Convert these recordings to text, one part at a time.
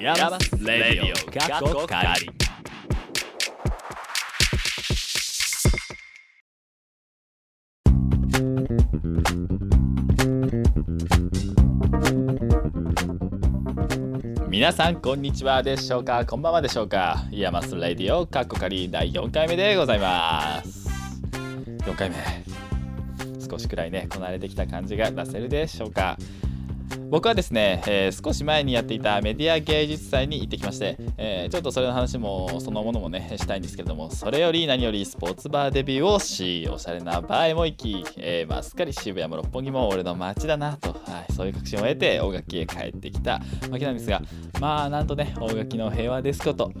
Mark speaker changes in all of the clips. Speaker 1: ヤバスレディオ過去仮皆さんこんにちはでしょうかこんばんはでしょうかイヤマスレディオカッコカリ第4回目でございます4回目少しくらいねこなれてきた感じが出せるでしょうか僕はですね、えー少し前にやっていたメディア芸術祭に行ってきまして、えーちょっとそれの話もそのものもねしたいんですけれどもそれより何よりスポーツバーデビューをしおしゃれなバーへも行き、えーまあ、すっかり渋谷も六本木も俺の街だなと、はい、そういう確信を得て大垣へ帰ってきたわけなんですがまあなんとね大垣の平和ですこと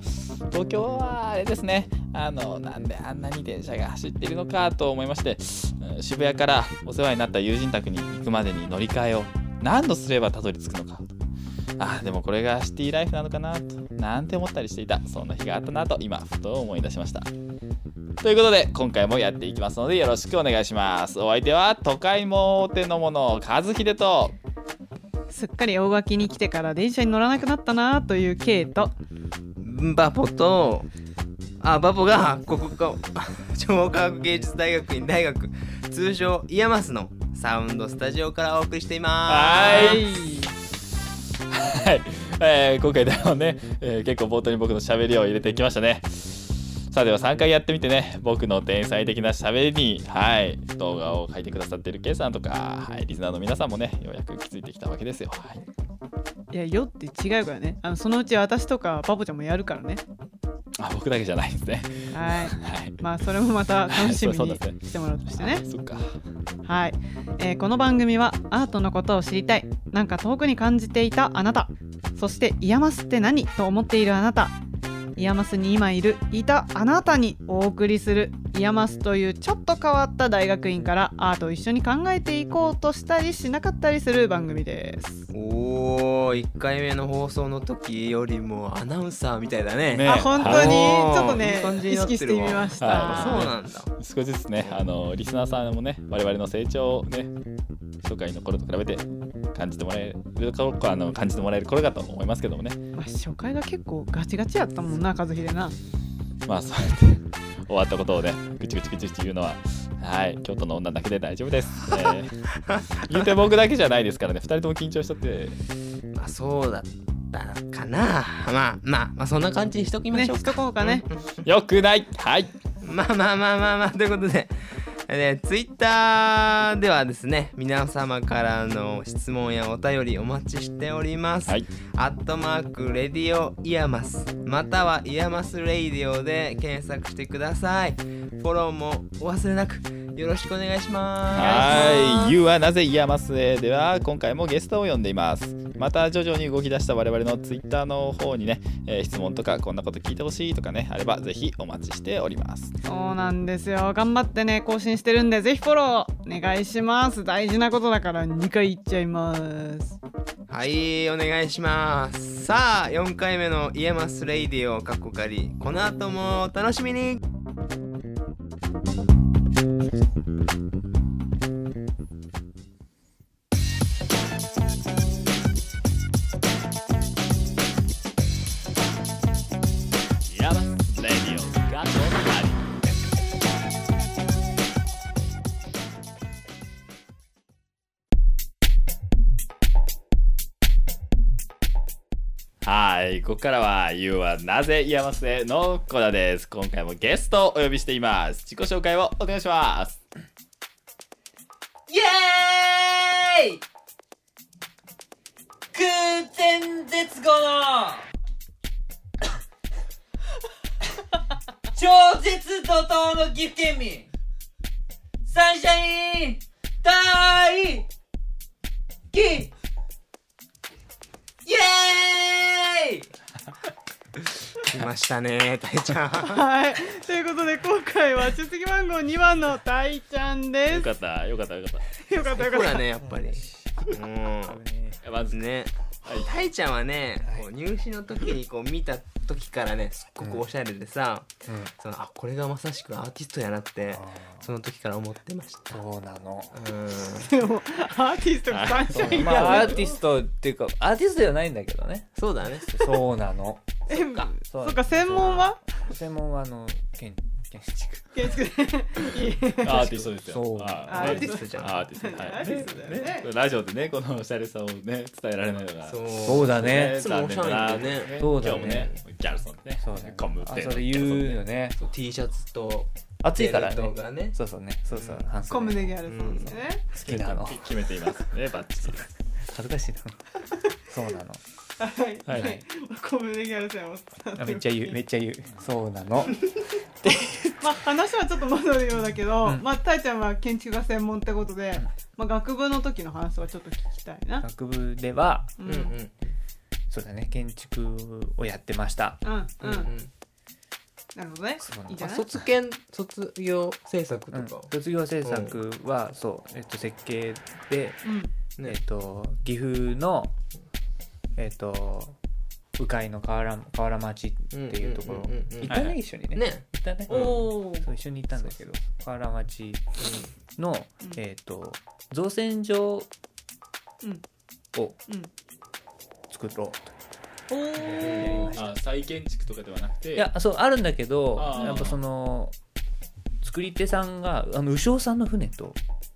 Speaker 1: 東京はあれですねあのなんであんなに電車が走っているのかと思いましてうん渋谷からお世話になった友人宅に行くまでに乗り換えを何度すればたどり着くのかあーでもこれがシティライフなのかなとなんて思ったりしていたそんな日があったなと今ふと思い出しましたということで今回もやっていきますのでよろしくお願いしますお相手は都会も大手のもの和秀と
Speaker 2: すっかり大垣に来てから電車に乗らなくなったなというケイと
Speaker 3: バポとあバポが国家情報科学芸術大学院大学通称イヤマスのサウンドスタジオからお送りしていま
Speaker 1: は
Speaker 3: す
Speaker 1: いはい、えー今回でもね、えー結構冒頭に僕の喋りを入れてきましたねさあでは3回やってみてね僕の天才的な喋りに、はい、動画を書いてくださってるケイさんとか、はい、リスナーの皆さんもねようやく気づいてきたわけですよ、はい、
Speaker 2: いやよって違うからねあのそのうち私とかパポちゃんもやるからね
Speaker 1: あ僕だけじゃないんですね
Speaker 2: はい
Speaker 1: はい
Speaker 2: まあそれもまた楽しみ
Speaker 1: そうそ
Speaker 2: に
Speaker 1: うですね
Speaker 2: してもらうとして
Speaker 1: あ
Speaker 2: ね
Speaker 1: そっか
Speaker 2: はい、えーこの番組はアートのことを知りたいなんか遠くに感じていたあなたそしてイヤマスって何と思っているあなたイヤマスに今いるいたあなたにお送りするイヤマスというちょっと変わった大学院からアートを一緒に考えていこうとしたりしなかったりする番組です。
Speaker 3: おー1回目の放送の時よりもアナウンサーみたいだね
Speaker 1: ね
Speaker 2: あ本当に
Speaker 3: はい
Speaker 2: ちょっと
Speaker 3: いい
Speaker 2: ね
Speaker 3: 感じに
Speaker 2: 意
Speaker 3: なってるわ
Speaker 2: 識してみました。
Speaker 1: は
Speaker 3: あそうなんだ
Speaker 1: 少しずつねあのリスナーさんもね我々の成長をね初回の頃と比べて感じてもらえるかあの感じてもらえる頃かと思いますけどもね
Speaker 2: まあ、初回が結構ガチガチやったもんな和秀な。
Speaker 1: まあそうやって終わったことをねぐちぐちぐちぐち言うのははい京都の女だけで大丈夫です、え ー言うて僕だけじゃないですからね2人とも緊張しとって
Speaker 3: まあそうだったかなまあまあまあそんな感じにしときま
Speaker 2: ね
Speaker 3: しょう
Speaker 2: し
Speaker 3: か、
Speaker 2: とこうかね。
Speaker 1: よくないはい
Speaker 3: まあまあまあまあまあということで、えツイッター Twitter ではですね皆様からの質問やお便りお待ちしております、
Speaker 1: はい
Speaker 3: アットマークレディオイヤマスまたはイヤマスレイディオで検索してくださいフォローもお忘れなくよろしくお願いしま
Speaker 1: は
Speaker 3: す
Speaker 1: い「You はなぜイヤマスへ」では今回もゲストを呼んでいますまた徐々に動き出した我々のツイッターの方にね、えー質問とかこんなこと聞いてほしいとかねあればぜひお待ちしております
Speaker 2: そうなんですよ。頑張ってね、更新してるんで、ぜひフォローお願いします。大事なことだから2回いっちゃいます。
Speaker 3: はい、お願いします。さあ、4回目のイエマスレイディオかっこかり、この後もお楽しみに
Speaker 1: イヤマスレディオがはい、ここからは You はなぜイヤマスへのコーナーです。今回もゲストをお呼びしています。自己紹介をお願いします。
Speaker 4: イエーイ空前絶後の超絶怒涛の岐阜県民サンシャイン大きイエーイ
Speaker 3: 来ましたね、たい ちゃん。
Speaker 2: はい、ということで今回は出席番号2番のたいちゃんで
Speaker 1: よかった、よかった、よかっ
Speaker 2: す。よかったよか
Speaker 3: ほ
Speaker 2: っ
Speaker 3: ら
Speaker 2: た。
Speaker 3: ね、やっぱり。う
Speaker 1: た。まず
Speaker 3: ん。ね。
Speaker 1: い
Speaker 3: たいちゃんはね、
Speaker 4: はい
Speaker 3: こう入試の時にこう見た時からねすっごくおしゃれでさ、
Speaker 4: うん
Speaker 3: そのあこれがまさしくアーティストやなってその時から思ってました
Speaker 4: そうなの
Speaker 3: うん
Speaker 2: でもアーティストのサンシャイン
Speaker 4: まあアーティストっていうかアーティストではないんだけどね
Speaker 3: そうだね
Speaker 4: そうなの
Speaker 2: そっか
Speaker 4: そう
Speaker 2: そっか専門は
Speaker 4: 専門はあの建建築
Speaker 2: 建築
Speaker 1: アーティストですよ
Speaker 4: そう
Speaker 1: あ
Speaker 2: アーティ
Speaker 3: ストじゃん
Speaker 1: アーティストはい
Speaker 2: アーティストだよね
Speaker 1: ねラジオでねこのおしゃれさをね伝えられないのが
Speaker 3: そう
Speaker 4: そうだね
Speaker 3: いつもおしゃれだね
Speaker 4: そうだ
Speaker 1: 今
Speaker 4: ね
Speaker 1: 日もねギャルソンでね
Speaker 4: そうだね
Speaker 1: コム
Speaker 4: あ
Speaker 1: で
Speaker 4: それ言うよね
Speaker 3: T シャツと
Speaker 4: 暑いから
Speaker 3: ベル
Speaker 4: ね
Speaker 3: トがね
Speaker 4: そうそうねそうそう半袖
Speaker 2: コムネギャルそうですね、
Speaker 4: 好きなの
Speaker 1: 決めていますねバッチリ
Speaker 4: 恥ずかし いなそうなの
Speaker 2: はい、
Speaker 1: はい
Speaker 2: はい、コムネギャルさんを
Speaker 4: あめっちゃ言うめっちゃ言うそうなの
Speaker 2: まあ話はちょっと戻るようだけど、
Speaker 4: うん
Speaker 2: まあたいちゃんは建築が専門ってことで、まあ学部の時の話はちょっと聞きたいな。
Speaker 4: 学部では
Speaker 2: う
Speaker 3: うんん
Speaker 2: う
Speaker 3: うん
Speaker 2: ん
Speaker 4: そうだね建築をやってました
Speaker 2: うん、
Speaker 3: うんうん
Speaker 2: なるほどね
Speaker 4: そうな。の
Speaker 2: いいじ
Speaker 3: ま
Speaker 2: ゃ
Speaker 3: あ
Speaker 2: ない。
Speaker 3: 卒研卒業制作
Speaker 4: うん
Speaker 3: とか、
Speaker 4: 卒業制作はそう、えっと、設計で、
Speaker 2: うん
Speaker 3: ね
Speaker 4: えっと、岐阜の、えっと、鵜飼の河原河原町っていうところ
Speaker 3: うんうんうんうんうん
Speaker 4: 行った
Speaker 1: はいは
Speaker 4: ね
Speaker 1: い
Speaker 4: 一緒にね
Speaker 3: ね
Speaker 4: 行ったね
Speaker 2: おおー。
Speaker 4: そう一緒に行ったんだけど河原町の、
Speaker 2: ん
Speaker 4: えっと、造船所を
Speaker 2: うんうん。
Speaker 4: 作ろう
Speaker 2: お
Speaker 4: とやり
Speaker 2: お
Speaker 4: ま。した
Speaker 1: あ再建築とかではなくて
Speaker 4: いやそうあるんだけど
Speaker 1: あー
Speaker 4: やっぱその作り手さんがあの鵜匠さんの船と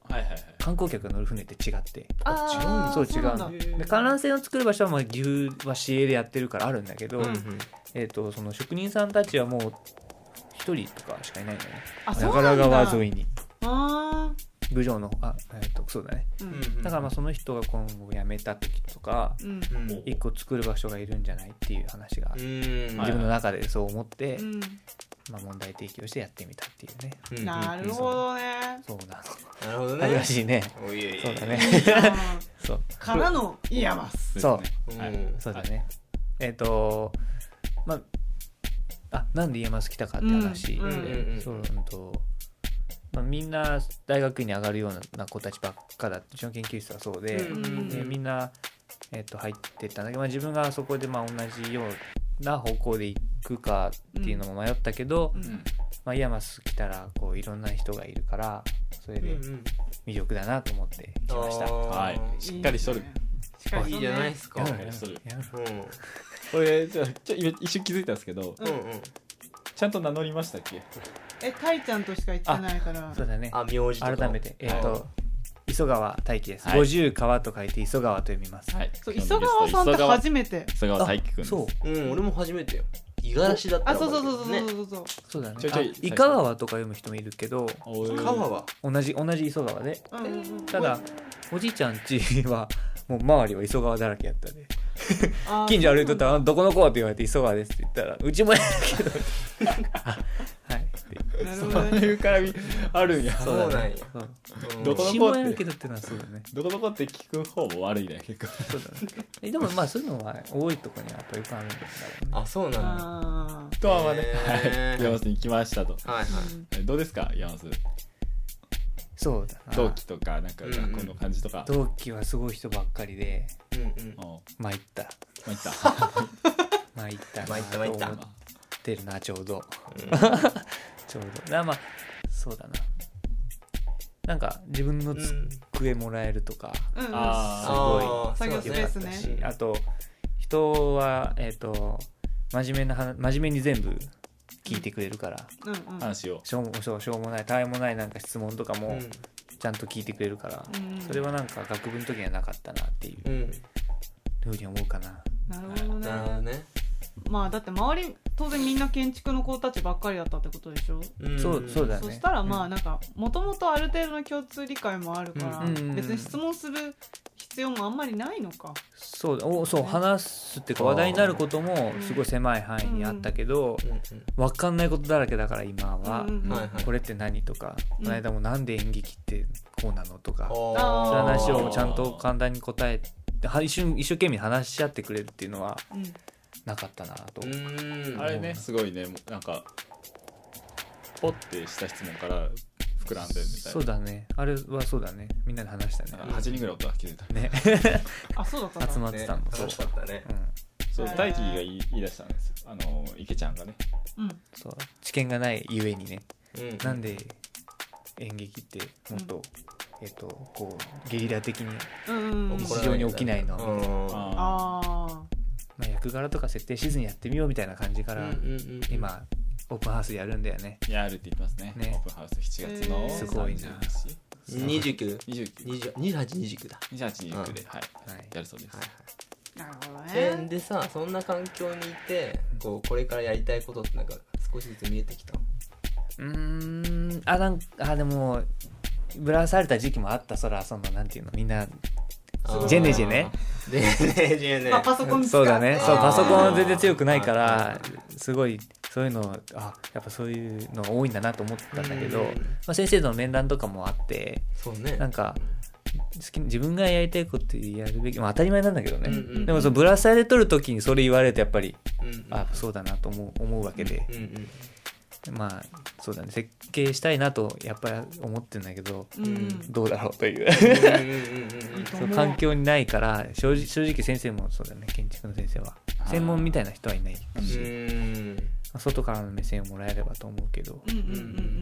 Speaker 1: はいはいはい
Speaker 4: 観光客が乗る船って違って
Speaker 2: あー
Speaker 4: そう違うんだ
Speaker 2: そうなんだ
Speaker 4: で観覧船を作る場所はまあ岐阜は市営でやってるからあるんだけど、
Speaker 2: うん
Speaker 4: えー、とその職人さんたちはもう一人とかしかいないんだよね
Speaker 2: あ、そう
Speaker 4: 長
Speaker 2: な
Speaker 4: 良
Speaker 2: んだ。
Speaker 4: 川沿いに
Speaker 2: ああ。
Speaker 4: 郡上のあ、えー、とそうだね
Speaker 2: うん
Speaker 4: だからまあその人が今後辞めた時とか
Speaker 2: うん
Speaker 3: うん
Speaker 1: もう
Speaker 4: 一個作る場所がいるんじゃないっていう話があっ
Speaker 3: う
Speaker 4: て
Speaker 3: ん
Speaker 1: はい
Speaker 4: 自分の中でそう思って、
Speaker 2: う
Speaker 4: まあ、問題提起をしてやってみたっていうね
Speaker 2: ん。なるほどね。
Speaker 4: そうな
Speaker 3: なるほど
Speaker 4: の恥ず
Speaker 3: ね
Speaker 4: かしいね
Speaker 3: おいえいえ
Speaker 4: そうだ ね
Speaker 2: うん
Speaker 4: そう
Speaker 2: からのイヤマス。
Speaker 4: そう
Speaker 1: ですね
Speaker 3: うん
Speaker 1: はい
Speaker 4: そうだね。えっ、と、まあ、あ、なんで家康来たかって話で、
Speaker 2: うんうん
Speaker 3: うん
Speaker 4: そう、うんと、まあ、みんな大学院に上がるような子たちばっかだって、うちの研究室はそうで、
Speaker 2: うん
Speaker 4: でみんな、えっ、と、入ってったんだけど、まあ、自分がそこで、まあ、同じような方向で行くかっていうのも迷ったけど、
Speaker 2: う
Speaker 1: うんん
Speaker 4: まあ、家康来たら、こう、いろんな人がいるから、それで魅力だなと思って来ました。
Speaker 1: はいしっかりしとる。
Speaker 2: しっかりしとるね
Speaker 3: いいじゃないですか
Speaker 4: や
Speaker 3: う
Speaker 4: る
Speaker 3: ん
Speaker 4: やる
Speaker 1: それ
Speaker 4: やる
Speaker 1: これじゃあちょ今一瞬気づいたんですけど
Speaker 2: うん
Speaker 3: うん
Speaker 1: ちゃんと名乗りましたっけ
Speaker 2: え、たいちゃんとしか言ってないから。
Speaker 4: そうだね。
Speaker 3: あ名字とか
Speaker 4: 改めて、えっ、と、
Speaker 3: はい
Speaker 4: 磯川大輝です。
Speaker 1: はい
Speaker 4: 五十川と書いて磯川と読みます。
Speaker 1: はい
Speaker 2: そう磯川さんって初めて。
Speaker 1: 磯川大輝くんです
Speaker 4: そう、
Speaker 3: うん俺も初めてよ五十嵐だった
Speaker 2: あ、
Speaker 3: ら
Speaker 2: そうそう
Speaker 3: 覚
Speaker 2: そう
Speaker 3: えてるね
Speaker 2: そうそうそう。
Speaker 4: そうだね。
Speaker 1: ちょいちょい
Speaker 4: あ伊川はとか読む人もいるけど、
Speaker 1: おー
Speaker 3: 川は
Speaker 4: 同じ同じ磯川で、
Speaker 2: うんうんうん。
Speaker 4: ただおじいちゃん家はもう周りは磯川だらけやったで、
Speaker 2: あー
Speaker 4: 近所歩いとったらあどこの子って言われて磯川ですって言ったらうちもやけ ど、はいって。
Speaker 2: なる
Speaker 1: そ
Speaker 2: ほ
Speaker 1: う
Speaker 2: どね。
Speaker 1: いう絡みあるんや
Speaker 3: そうなんや
Speaker 4: そう
Speaker 3: うん
Speaker 1: どこの子って
Speaker 4: うちもやけどってのはそうだね。
Speaker 1: どこどこって聞く方も悪いね結構
Speaker 4: そうだね。えでもまあそういうのは多いとこにはやっぱよくあるんだろうね。
Speaker 3: あそうなんだ
Speaker 2: あ
Speaker 1: とはまあね
Speaker 3: へー
Speaker 1: はい山瀬に来ましたと
Speaker 3: はい
Speaker 2: ー
Speaker 3: は
Speaker 1: えどうですか山瀬
Speaker 4: そうだな。
Speaker 1: 同期とかなんか
Speaker 3: うん
Speaker 1: 学校の感じとか
Speaker 4: 同期はすごい人ばっかりで
Speaker 3: いうんうん
Speaker 1: お
Speaker 4: 参った
Speaker 1: まいった
Speaker 3: 参っ
Speaker 4: 参ったな
Speaker 3: た参った
Speaker 4: と思ってるなちょうど
Speaker 3: うん
Speaker 4: ちょうどだからまあそうだななんか自分の
Speaker 3: うん
Speaker 4: 机もらえるとか、
Speaker 2: うんうん。
Speaker 1: あ
Speaker 3: あー
Speaker 2: すご
Speaker 3: そ
Speaker 2: い
Speaker 3: う
Speaker 2: 作業
Speaker 4: よ
Speaker 2: ス
Speaker 4: か
Speaker 2: ペー
Speaker 4: った
Speaker 2: ス
Speaker 4: し、あと人はえっ、と真面目な話真面目に全部聞いてくれるから、
Speaker 2: うんうん。
Speaker 1: 話を
Speaker 4: しょうもしょうしょうもないたわいもないなんか質問とか
Speaker 3: う
Speaker 4: も
Speaker 3: ん
Speaker 4: ちゃんと聞いてくれるから、
Speaker 2: うん
Speaker 4: それはなんか学部の時にはなかったなっていう
Speaker 3: うん
Speaker 4: ふうに思うかな。
Speaker 2: なるほど
Speaker 3: なるほど
Speaker 2: ね。
Speaker 3: ね
Speaker 2: まあだって周り当然みんな建築の子たちばっかりだったってことでしょ。
Speaker 3: ん
Speaker 4: そうそうだね
Speaker 2: そしたらまあなんかもともとある程度の共通理解もあるから
Speaker 4: うんうんうんうん
Speaker 2: 別に質問する必要もあんまりないのか。
Speaker 4: そうおそう
Speaker 2: ね
Speaker 4: 話すっていうか話題になることもすごい狭い範囲にあったけど、
Speaker 3: うん
Speaker 4: わ分かんないことだらけだから今は、
Speaker 2: うんうん
Speaker 3: うんはいはい
Speaker 4: これって何とか、
Speaker 2: うん
Speaker 4: この間もなんで演劇ってこうなのとか、
Speaker 2: あー
Speaker 4: そういう話をちゃん
Speaker 1: あー
Speaker 4: と簡単に答えては一瞬一生懸命話し合ってくれるっていうのは
Speaker 2: うん
Speaker 4: なかったなと、
Speaker 3: うん
Speaker 1: あれねすごいねもうなんかポッてした質問から膨らんでみたい
Speaker 4: そうだねあれはそうだねみんなで話した
Speaker 1: な
Speaker 4: ね
Speaker 1: 8人ぐらいおった気づいた
Speaker 4: ね
Speaker 2: あそうだったんだ
Speaker 4: 集まってたの、そう
Speaker 3: 楽しかったね
Speaker 4: うん
Speaker 1: そう大輝が言い言い出したんですよあの池ちゃんがね
Speaker 2: うん
Speaker 4: そう知見がないゆえにね
Speaker 3: うん
Speaker 4: なんで演劇ってもっと、えっとこうゲリラ的に
Speaker 2: うんうんうん
Speaker 4: 日常に起きないの
Speaker 3: うん
Speaker 1: あ
Speaker 2: あ
Speaker 4: まあ、役柄とか設定シーズンやってみようみたいな感じから、
Speaker 3: うんうんうん
Speaker 4: 今オープンハウスやるんだよね
Speaker 1: ーやるって言ってますね
Speaker 4: ね
Speaker 1: オープンハウス7月の
Speaker 2: へー
Speaker 4: すごいな
Speaker 3: 29
Speaker 1: 292829
Speaker 3: 20 2829だ
Speaker 1: で、はい
Speaker 4: はい
Speaker 1: やるそうです、
Speaker 3: はい
Speaker 2: あなるほど
Speaker 3: え
Speaker 2: ね
Speaker 3: でさそんな環境にいてこうこれからやりたいことってなんか少しずつ見えてきた
Speaker 4: うーんあなんあでもぶらされた時期もあったそらそのなんていうのみんなジェネジェね
Speaker 3: ジェネジェね
Speaker 2: まあパソコン使
Speaker 4: そ
Speaker 2: っ
Speaker 4: う
Speaker 2: て
Speaker 4: だねそう
Speaker 2: あー
Speaker 4: パソコン全然強くないからすごいそういうのあやっぱそういうの多いんだなと思ってたんだけ
Speaker 3: う
Speaker 4: ど、
Speaker 3: ん
Speaker 4: まあ、先生との面談とかもあって
Speaker 3: そうね
Speaker 4: なんか好き自分がやりたいことやるべき、まあ、当たり前なんだけどね、
Speaker 3: うんうん
Speaker 4: でもそのぶらされとる時にそれ言われるとやっぱり
Speaker 3: うんうん
Speaker 4: あそうだなと思う思うわけで
Speaker 3: うんうん
Speaker 4: まあそうだね設計したいなとやっぱり思ってんだけど
Speaker 2: うんうん
Speaker 4: どうだろうという
Speaker 3: うんうんうんう
Speaker 2: いい
Speaker 3: ん
Speaker 2: と
Speaker 4: そ
Speaker 2: 思
Speaker 4: う
Speaker 2: う
Speaker 4: 環境にないから正直正直先生もそうだね建築の先生は
Speaker 1: あー
Speaker 4: 専門みたいな人はいないし、ま
Speaker 3: うん
Speaker 4: あ外からの目線をもらえればと思うけど
Speaker 2: うんうんう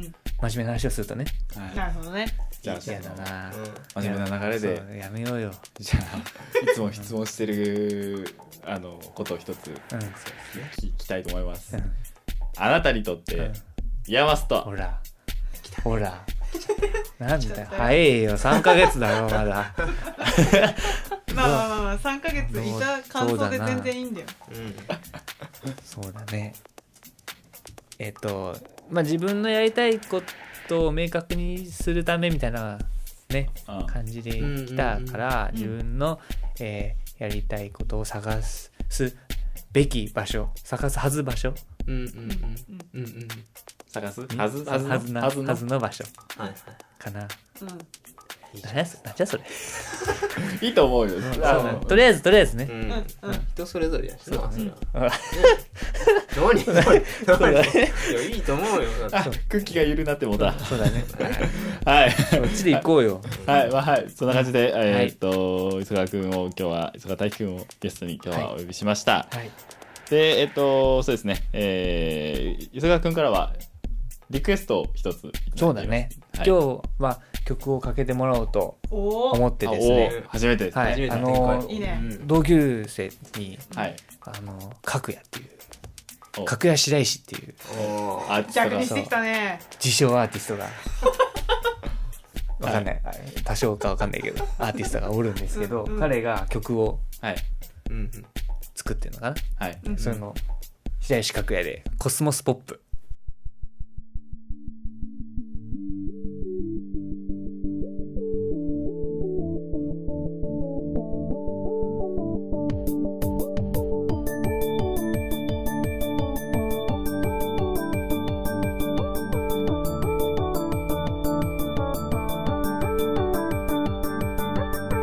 Speaker 2: ん
Speaker 4: 真面目な話をするとね
Speaker 2: う
Speaker 1: はい
Speaker 2: んなるほどね
Speaker 1: じゃあ
Speaker 4: 嫌だな
Speaker 1: 真面目な流れで
Speaker 4: そうやめようよ、
Speaker 1: じゃあいつも質問してる あのことを一つ
Speaker 4: うん
Speaker 1: 聞きたいと思います
Speaker 4: うん
Speaker 1: あなたにとっ
Speaker 4: う
Speaker 1: て
Speaker 4: ん
Speaker 1: イヤマス
Speaker 4: ほ
Speaker 1: と
Speaker 4: ら。ほら。なんだよ。早いよ。3ヶ月だろ、ま だ。
Speaker 2: まあまあまあまあ3ヶ月いた感想で全然いいんだよ
Speaker 4: そうだね。えっと、まあ自分のやりたいことを明確にするためみたいなね、
Speaker 1: うん
Speaker 4: 感じで来たから、
Speaker 2: うんうん
Speaker 4: 自
Speaker 2: うん
Speaker 4: 分の、えーやりたいことを探すべき場所、探すはず場所、
Speaker 3: うんうんうん
Speaker 2: うん
Speaker 3: うんうん
Speaker 1: 探すはずはず
Speaker 4: はずな、
Speaker 1: はず
Speaker 4: はずの場所
Speaker 3: はいはい
Speaker 4: かな。
Speaker 2: うん
Speaker 4: 何やそ何じゃそれ。
Speaker 1: いいと思うよ
Speaker 4: そう
Speaker 1: あ
Speaker 4: だね
Speaker 1: の
Speaker 4: とりあえず、とりあえずね。
Speaker 3: う
Speaker 2: うん
Speaker 3: ん
Speaker 2: うん
Speaker 3: 人それぞれやしなそれは
Speaker 4: うん
Speaker 3: 何
Speaker 4: そうだ
Speaker 3: 何
Speaker 4: ね。
Speaker 3: いやいいと思うよだっ
Speaker 1: あ
Speaker 3: て
Speaker 1: 空気が緩なってもうた
Speaker 4: そうだね。
Speaker 1: はい
Speaker 4: こっちで行こうよ。
Speaker 1: はい、まあ、はい、そんな感じで、
Speaker 4: はい
Speaker 1: えーっと、磯川君を今日は、磯川大輝君をゲストに今日はお呼びしました。
Speaker 4: はい。
Speaker 1: で、えーっと、そうですね、えー、磯川君からは、リクエストを一ついただいています
Speaker 4: そうだね、
Speaker 1: はい、
Speaker 4: 今日は曲をかけてもらおうと
Speaker 2: お
Speaker 4: 思
Speaker 2: お
Speaker 4: って
Speaker 1: あ
Speaker 4: ですね
Speaker 1: おー初めてですね。
Speaker 4: は
Speaker 3: 初め
Speaker 4: い
Speaker 3: て
Speaker 4: あ
Speaker 3: の展
Speaker 4: の
Speaker 3: 開
Speaker 2: いいね
Speaker 3: うん
Speaker 4: 同級生に
Speaker 1: はい。
Speaker 4: あの角屋っていう
Speaker 1: お
Speaker 4: 角屋白石っていう
Speaker 3: おー
Speaker 1: アーティスト
Speaker 2: 逆
Speaker 1: が
Speaker 2: にしてきたね
Speaker 4: 自称アーティストがわかんない、多少かわかんないけどアーティストがおるんですけど、
Speaker 2: うんうん
Speaker 4: 彼が曲を
Speaker 1: はい。
Speaker 3: うんうん
Speaker 4: 作ってるのかな、
Speaker 1: はい。
Speaker 2: うん
Speaker 4: それの白石角屋で「コスモスポップ」
Speaker 5: 「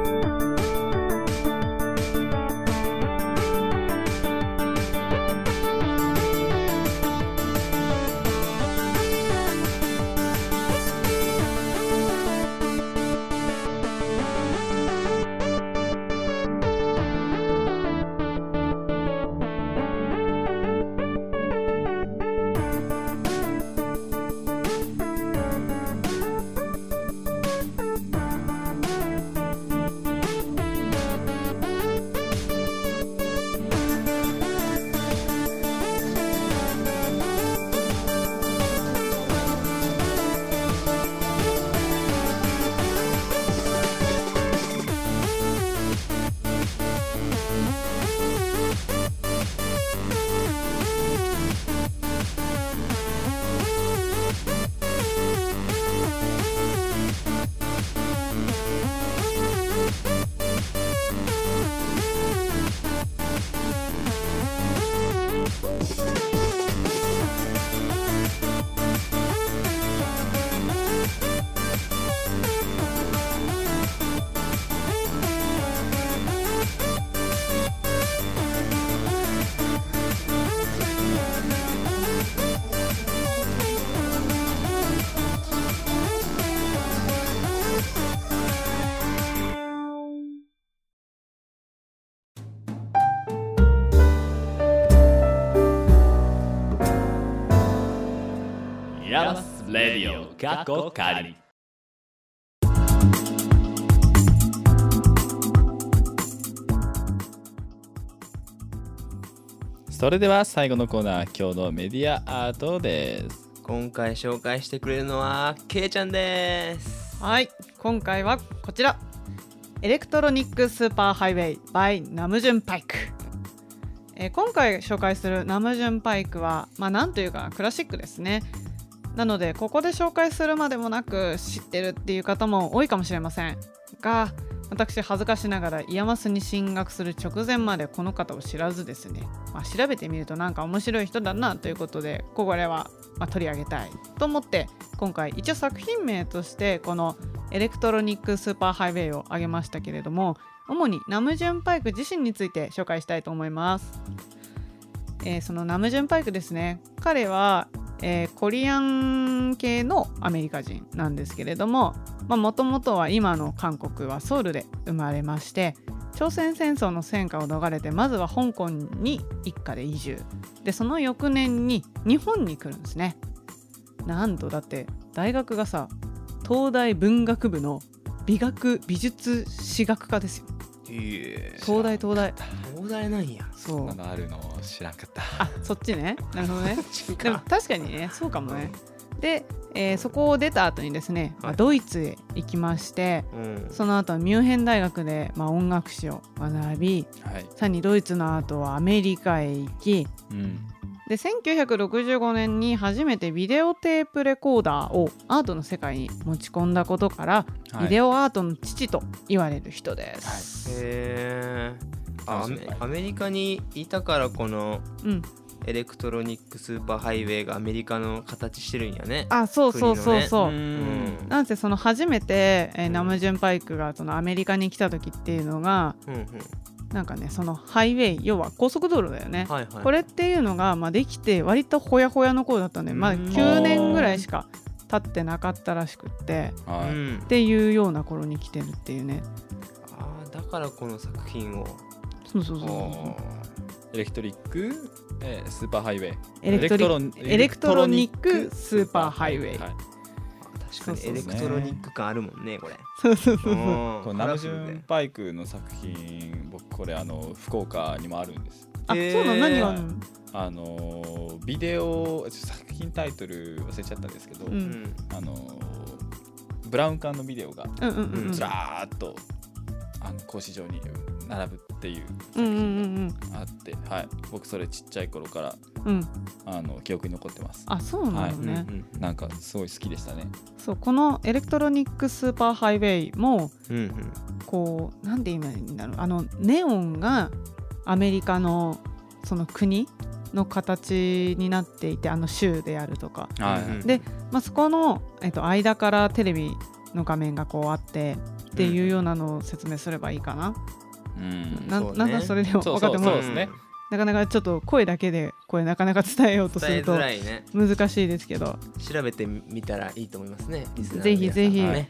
Speaker 1: イヤマスレディオ過去仮それでは最後のコーナー今日のメディアアートです
Speaker 3: 今回紹介してくれるのはけいちゃんです
Speaker 2: はい今回はこちらエレクトロニックスーパーハイウェイ by ナムジュンパイク、えー今回紹介するナムジュンパイクはまあなんというかクラシックですねなのでここで紹介するまでもなく知ってるっていう方も多いかもしれませんが私恥ずかしながらイヤマスに進学する直前までこの方を知らずですね、まあ、調べてみるとなんか面白い人だなということでここではまあ取り上げたいと思って今回一応作品名としてこのエレクトロニックスーパーハイウェイを挙げましたけれども主にナムジュンパイク自身について紹介したいと思います、えーそのナムジュンパイクですね彼は、えーコリアン系のアメリカ人なんですけれどももともとは今の韓国はソウルで生まれまして朝鮮戦争の戦火を逃れてまずは香港に一家で移住でその翌年に日本に来るんですねなんとだって大学がさ東大文学部の美学美術史学科ですよ
Speaker 3: いえ
Speaker 2: 東大東大
Speaker 3: 東大なんや
Speaker 1: こ
Speaker 2: そうん
Speaker 1: なのあるの知らんかった
Speaker 2: あそっちねなるほどね
Speaker 3: ち
Speaker 2: でも確かにねそうかもねで、えーそこを出た後にですね、まあ
Speaker 3: はい
Speaker 2: ドイツへ行きまして
Speaker 3: うん
Speaker 2: その後はミュンヘン大学で、まあ、音楽史を学び
Speaker 1: はい、
Speaker 2: さらにドイツの後はアメリカへ行き
Speaker 1: うん、
Speaker 2: で1965年に初めてビデオテープレコーダーをアートの世界に持ち込んだことから、
Speaker 1: はい
Speaker 2: ビデオアートの父と言われる人です。
Speaker 3: へえあアメ
Speaker 1: 楽しみ
Speaker 3: アメリカにいたからこの
Speaker 2: うん、
Speaker 3: エレクトロニックスーパーハイウェイがアメリカの形してるんやね
Speaker 2: あそうそうそうそ
Speaker 1: う
Speaker 2: う。
Speaker 3: うんん
Speaker 2: なんせその初めて、えー
Speaker 3: うん
Speaker 2: ナムジュンパイクがそのアメリカに来た時っていうのが
Speaker 3: うんうん
Speaker 2: なんかねそのハイウェイ要は高速道路だよね、
Speaker 3: はいはい
Speaker 2: これっていうのが、まあ、できて割とほやほやの頃だったんで、まあ、
Speaker 3: うん
Speaker 2: 9年ぐらいしか経ってなかったらしくって
Speaker 3: う
Speaker 1: はい、
Speaker 3: ん
Speaker 2: っていうような頃に来てるっていうね
Speaker 3: あーだからこの作品を
Speaker 2: そうそうそうそう
Speaker 1: おエレクトリック、えー、スーパーハイウェイ
Speaker 2: エレクトリ
Speaker 1: ニ
Speaker 2: エレクトロニックスーパーハイウェイ
Speaker 1: はい
Speaker 3: 確かに
Speaker 2: そうそうそう
Speaker 3: エレクトロニック感あるもんねこれ
Speaker 2: そうそうそうそう
Speaker 3: こ
Speaker 1: このナムジュンパイクの作品僕これあの福岡にもあるんです
Speaker 2: あ、
Speaker 3: へー
Speaker 2: そうなの何があるの
Speaker 1: あのービデオちょ作品タイトル忘れちゃったんですけど、
Speaker 2: うん
Speaker 3: うん
Speaker 1: あのーブラウン管のビデオが
Speaker 2: うんうんうんうん
Speaker 1: ずらーっと、あの格子状に並ぶっていう
Speaker 2: う
Speaker 1: 作
Speaker 2: んうんう
Speaker 1: 品
Speaker 2: ん
Speaker 1: があって、はい、僕それちっちゃい頃から
Speaker 2: うんうん
Speaker 1: あの記憶に残ってます
Speaker 2: あそうなの
Speaker 3: うんう
Speaker 2: ね、
Speaker 3: ん
Speaker 1: なんかすごい好きでしたね
Speaker 2: そうこのエレクトロニックスーパーハイウェイも
Speaker 3: うんうん
Speaker 2: こうなんて言うんだろうあのネオンがアメリカのその国の形になっていてあの州であるとか、
Speaker 1: はい、
Speaker 3: うんうん
Speaker 2: でまあ、そこの、えっと、間からテレビの画面がこうあってっていうようなのを説明すればいいかな、
Speaker 1: うん
Speaker 2: な
Speaker 3: そうね
Speaker 2: なんかそれでも
Speaker 1: そう
Speaker 2: 分
Speaker 1: そ
Speaker 2: か
Speaker 1: う
Speaker 2: っても
Speaker 1: そ
Speaker 2: ら
Speaker 1: う
Speaker 2: う
Speaker 1: ですね
Speaker 2: なかなかちょっと声だけでこれなかなか伝えようとす
Speaker 3: 伝え
Speaker 2: ると
Speaker 3: づらいね
Speaker 2: 難しいですけど
Speaker 3: 調べてみたらいいと思いますねリスナーの
Speaker 2: ぜひぜひ
Speaker 3: 皆さんね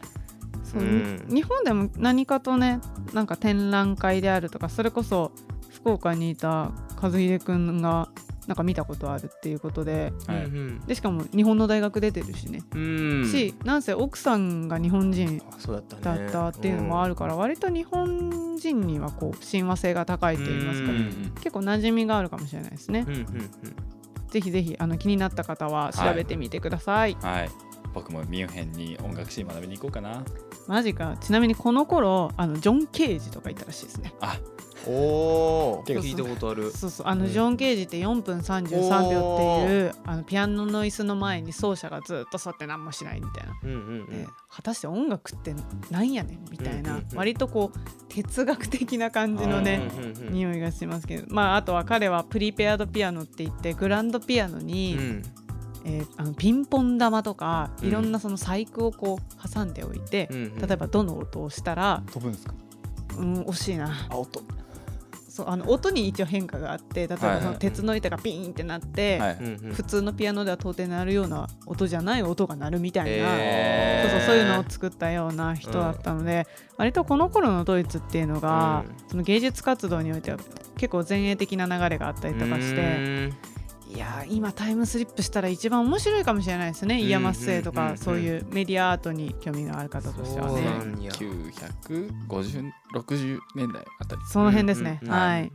Speaker 2: そう
Speaker 3: うん
Speaker 2: 日本でも何かとねなんか展覧会であるとかそれこそ福岡にいた和秀くんがなんか見たことあるっていうことで
Speaker 1: はい
Speaker 3: うん
Speaker 2: でしかも日本の大学出てるしね、
Speaker 3: うん
Speaker 2: しなんせ奥さんが日本人
Speaker 3: あそうだったね
Speaker 2: だったっていうのもあるから、割と日本人にはこう親和性が高いと言いますか、
Speaker 3: うん
Speaker 2: 結構馴染みがあるかもしれないですね、
Speaker 3: うんうんうん
Speaker 2: ぜひぜひあの気になった方は調べてみてください、
Speaker 1: はい僕もミュンヘンに音楽シーン学びに行こうかな
Speaker 2: マジかちなみにこの頃あのジョン・ケージとかいたらしいですね
Speaker 3: うんおお
Speaker 1: 結
Speaker 2: 構
Speaker 3: 聞いたことある
Speaker 2: そうそうあの、
Speaker 3: うん
Speaker 2: ジョン・ケージって4分33秒っていうあのピアノの椅子の前に奏者がずっと座って何もしないみたいな、
Speaker 3: うんうんう
Speaker 2: で
Speaker 3: ん
Speaker 2: 果たして音楽ってなんやねんみたいな、
Speaker 3: うんうんうん
Speaker 2: 割とこう哲学的な感じのね
Speaker 3: うんうんうん
Speaker 2: 匂いがしますけど、まあ、あとは彼はプリペアドピアノって言ってグランドピアノに、
Speaker 3: うん
Speaker 2: えーあのピンポン玉とか
Speaker 3: うん
Speaker 2: いろんなその細工をこう挟んでおいて、
Speaker 3: うんうん
Speaker 2: 例えばどの音をしたら、
Speaker 1: 飛ぶんですか
Speaker 2: うん、惜しいな
Speaker 1: あ音は
Speaker 2: そうあの音に一応変化があって例え
Speaker 1: はいは
Speaker 2: ば
Speaker 1: い
Speaker 2: その鉄の板がピーンってなって、
Speaker 1: い、
Speaker 3: うんうん
Speaker 2: 普通のピアノでは到底鳴るような音じゃない音が鳴るみたいな、
Speaker 3: えー
Speaker 2: そうそうそういうのを作ったような人だったので、割とこの頃のドイツっていうのが、その芸術活動においては結構前衛的な流れがあったりとかし
Speaker 3: う
Speaker 2: て
Speaker 3: ん
Speaker 2: いやー今タイムスリップしたら一番面白いかもしれないですね、
Speaker 3: ん
Speaker 2: イヤマス製と
Speaker 3: うんうんう
Speaker 2: か
Speaker 3: ん
Speaker 2: そういうメディアアートに興味のある方としては
Speaker 3: そう
Speaker 2: ね
Speaker 3: なんや
Speaker 1: 1950年代あたり
Speaker 2: その辺ですね、
Speaker 3: うん
Speaker 2: はい、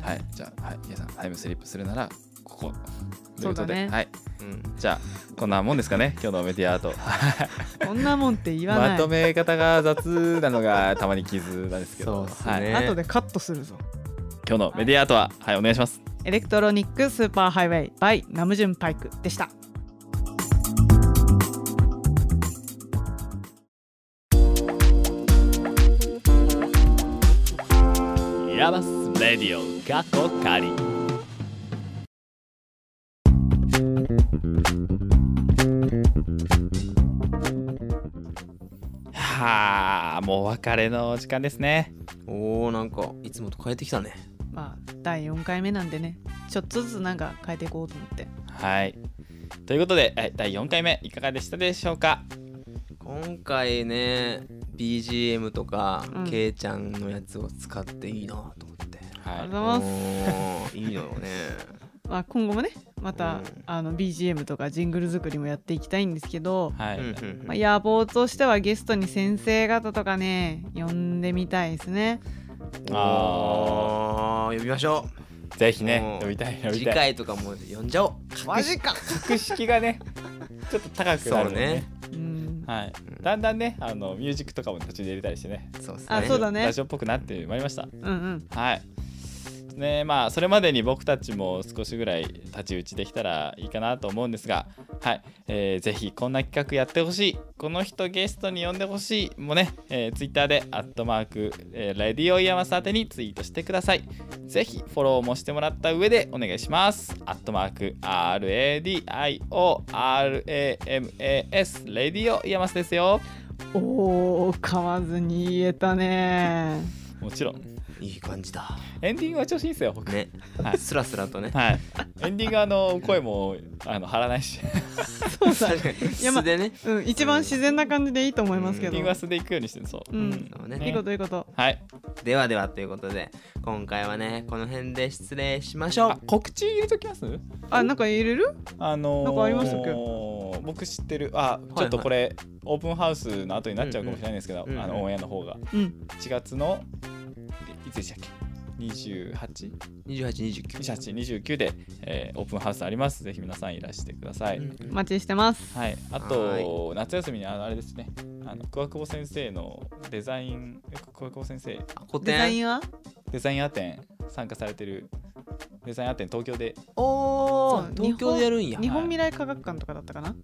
Speaker 1: はいじゃあはい皆さんタイムスリップするならここという
Speaker 2: そ
Speaker 1: こ
Speaker 2: う
Speaker 1: と
Speaker 2: だね
Speaker 1: で、はい
Speaker 3: うん
Speaker 1: じゃあこんなもんですかね今日のメディアアート
Speaker 2: こんなもんって言わな
Speaker 1: ま
Speaker 2: い、
Speaker 1: とめ方が雑なのがたまに傷なんですけど
Speaker 3: そうっすね
Speaker 1: はい、
Speaker 3: め
Speaker 2: 後でカットするぞ
Speaker 1: 今日のメディアアートははいお願いします
Speaker 2: エレクトロニックスーパーハイウェイ by ナムジュンパイクでした
Speaker 1: ヤバスレディオ過去仮はあもうお別れの時間ですね
Speaker 3: おーなんかいつもと変えてきたね
Speaker 2: まあ第4回目なんでねちょっとずつなんか変えていこうと思って
Speaker 1: はいということではい第4回目いかがでしたでしょうか
Speaker 3: 今回ね BGM とか、
Speaker 2: うん
Speaker 3: けいちゃんのやつを使っていいなと思って
Speaker 2: あ
Speaker 1: はい
Speaker 2: りがとうございます、
Speaker 3: おーいいのよ ね
Speaker 2: まあ、今後もねまた、
Speaker 3: うん
Speaker 2: あの BGM とかジングル作りもやっていきたいんですけど、
Speaker 1: はい、
Speaker 3: うんうんうん
Speaker 2: まあ、野望としてはゲストに先生方とかね呼んでみたいですね
Speaker 1: あ
Speaker 3: あ呼びましょ
Speaker 1: ぜひね
Speaker 3: おー
Speaker 1: 呼びたいう呼び
Speaker 3: 次
Speaker 1: たい
Speaker 3: 回とかも呼んじゃおう
Speaker 2: マジか、
Speaker 1: 格式がねちょっと高くなるもん
Speaker 3: そう
Speaker 1: ね
Speaker 3: ね
Speaker 2: うん、
Speaker 1: はい
Speaker 3: うん
Speaker 1: だんだんねあのミュージックとかも途中で入れたりしてね
Speaker 3: そうっすね
Speaker 2: あそうだね
Speaker 1: ラジオっぽくなってまいりました
Speaker 2: うんうん
Speaker 1: はい。ねまあそれまでに僕たちも少しぐらい太刀打ちできたらいいかなと思うんですが、はい、えーぜひこんな企画やってほしい、この人ゲストに呼んでほしいもね、えー、ツイッターでアットマーク、えー、レディオイヤマス宛てにツイートしてください。ぜひフォローもしてもらった上でお願いします。アットマーク RADIORAMAS レディオイヤマスですよ。
Speaker 2: おー噛まずに言えたね
Speaker 1: もちろん
Speaker 3: いい感じだ
Speaker 1: エンディングは調子いいですよ僕。
Speaker 3: ね
Speaker 1: はい
Speaker 3: スラスラと ね
Speaker 1: はい、 エンディングあの声もあの張らないし、
Speaker 2: そうだねやま
Speaker 3: 素でね
Speaker 2: うん一番自然な感じでいいと思います
Speaker 1: エ
Speaker 2: け
Speaker 1: ン
Speaker 2: ど、
Speaker 1: ディングは
Speaker 2: い
Speaker 1: 素でいくようにしてるそう。
Speaker 2: うん
Speaker 3: そうね
Speaker 2: いこといいこと
Speaker 1: はい、
Speaker 3: ではではということで今回はねこの辺で失礼しましょう
Speaker 1: あ告知入れときます
Speaker 2: あなんか入れる
Speaker 1: あのー、
Speaker 2: なんかありましたっけ
Speaker 1: 僕知ってるあ
Speaker 3: い
Speaker 1: ちょっとこれ、オープンハウスの後になっちゃうかもしれないんですけど、
Speaker 3: うんうん
Speaker 1: あ
Speaker 3: うんう
Speaker 1: の
Speaker 3: ん
Speaker 1: オンエアの方が
Speaker 2: うん
Speaker 1: 1月のいつでしたっけ
Speaker 3: 2829
Speaker 1: 28?2829 で、えーオープンハウスありますぜひ皆さんいらしてください、
Speaker 2: お待ちしてます
Speaker 1: はい、あ
Speaker 3: は
Speaker 1: と夏休みにあのあれですねあの桑久保先生のデザイン桑久保先生
Speaker 3: 古
Speaker 2: デザイ
Speaker 3: 典
Speaker 2: ンは
Speaker 1: デザインアーテン参加されてるデザインアーテン東京で、
Speaker 3: お
Speaker 2: そ
Speaker 3: ー
Speaker 2: う
Speaker 3: 東京でやるんや
Speaker 2: 日本未来科学館とかだったかな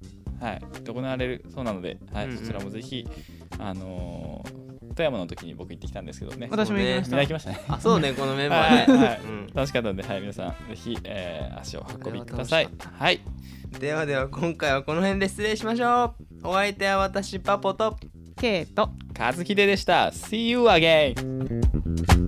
Speaker 1: はい、行われるそうなので、はい
Speaker 3: うんうん
Speaker 1: そちらもぜひ、あのー富山の時に僕行ってきたんですけどね
Speaker 2: 私も行きまし
Speaker 1: みん
Speaker 2: た、
Speaker 1: な行きましたね
Speaker 3: あそうねこのメンバ
Speaker 1: はい、
Speaker 3: ー
Speaker 1: は
Speaker 3: ね
Speaker 1: い
Speaker 3: うん
Speaker 1: 楽しかったんで、はい、皆さんぜひ、えー足をお運びください
Speaker 3: これは楽しかった
Speaker 1: はい
Speaker 3: ではでは今回はこの辺で失礼しましょうお相手は私パポと
Speaker 2: ケイト
Speaker 1: 和秀でした See you again!